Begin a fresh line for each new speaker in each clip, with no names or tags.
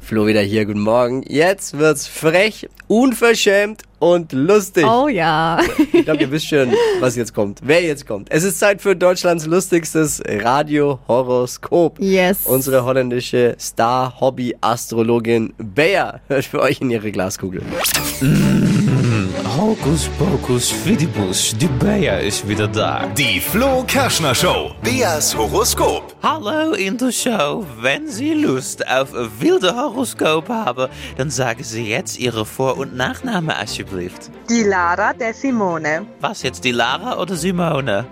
Flo wieder hier, guten Morgen. Jetzt wird's frech, unverschämt und lustig.
Oh ja.
Ich glaube, ihr wisst schon, was jetzt kommt, wer jetzt kommt. Es ist Zeit für Deutschlands lustigstes Radiohoroskop.
Yes.
Unsere holländische Star-Hobby-Astrologin Bea hört für euch in ihre Glaskugel.
Hocus pocus fidibus, die Bea is wieder da.
Die Flo Kerschner Show. Beas Horoskop.
Hallo in der Show. Wenn Sie Lust auf wilde Horoskope haben, dann sagen Sie jetzt Ihre Vor- und Nachname alsjeblieft.
Die Lara der Simone.
Was jetzt, die Lara oder Simone?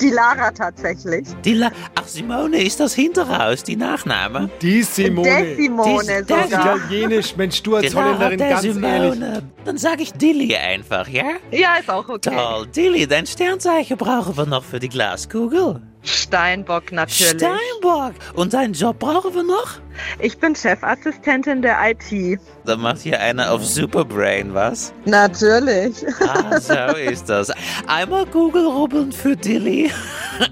Die Lara tatsächlich.
Die La Ach, Simone ist das Hinterhaus, die Nachname.
Die
Der
Simone.
Simone
Die- der-
sogar.
Italienisch, Mensch, du als
Die Lara
Holländerin,
Genau. der
ganz ehrlich.
Simone. Dann sage ich Dilly einfach, ja?
Ja, ist auch okay.
Toll, Dilly, dein Sternzeichen brauchen wir noch für die Glaskugel.
Steinbock natürlich.
Steinbock. Und deinen Job brauchen wir noch?
Ich bin Chefassistentin der IT.
Dann macht hier einer auf Superbrain, was?
Natürlich.
Ah, so ist das. Einmal Kugelrubbeln für Tilly.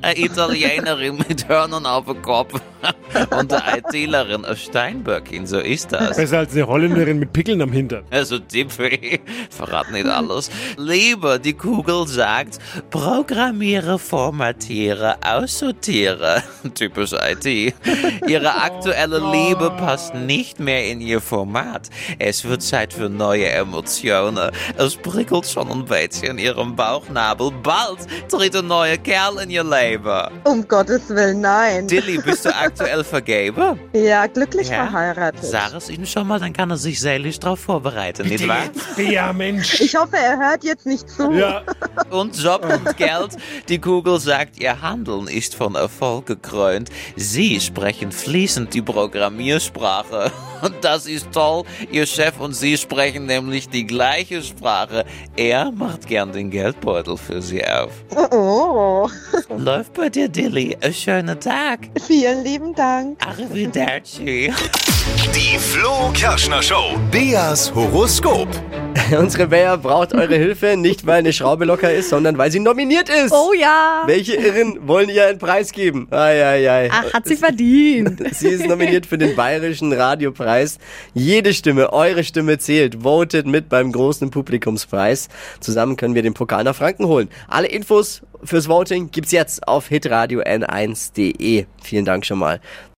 Eine Italienerin mit Hörnern auf dem Kopf. Und eine ITlerin aus Steinböckin, so ist das.
Besser als eine Holländerin mit Pickeln am Hintern.
Also Tipp für ihn. verrat nicht alles. Lieber, die Kugel sagt, programmiere, formatiere, aussortiere. Typisch IT. Ihre aktuelle Liebe passt nicht mehr in ihr Format. Es wird Zeit für neue Emotionen. Es prickelt schon ein bisschen in ihrem Bauchnabel. Bald tritt ein neuer Kerl in ihr Leben.
Um Gottes Willen, nein.
Dilly, bist du aktuell vergeben?
Ja, glücklich
Ja.
verheiratet.
Sag es ihm schon mal, dann kann er sich seelisch darauf vorbereiten, nicht wahr?
Ja, Mensch.
Ich hoffe, er hört jetzt nicht zu.
Ja,
und Job und Geld. Die Kugel sagt, ihr Handeln ist von Erfolg gekrönt. Sie sprechen fließend die Programmiersprache. Und das ist toll. Ihr Chef und Sie sprechen nämlich die gleiche Sprache. Er macht gern den Geldbeutel für Sie auf.
Oh,
Läuft bei dir, Dilly. Einen schönen Tag.
vielen lieben Dank.
Arrivederci.
Die Flo Kerschner Show. Beas Horoskop.
Unsere Bea braucht eure Hilfe, nicht weil eine Schraube locker ist, sondern weil sie nominiert ist.
Oh ja.
Welche Irren wollen ihr einen Preis geben? Ai, ai, ai.
Ach, hat sie verdient.
Sie ist nominiert für den Bayerischen Radiopreis. Jede Stimme, eure Stimme zählt. Votet mit beim großen Publikumspreis. Zusammen können wir den Pokal nach Franken holen. Alle Infos fürs Voting gibt's jetzt auf hitradio n1.de. Vielen Dank schon mal.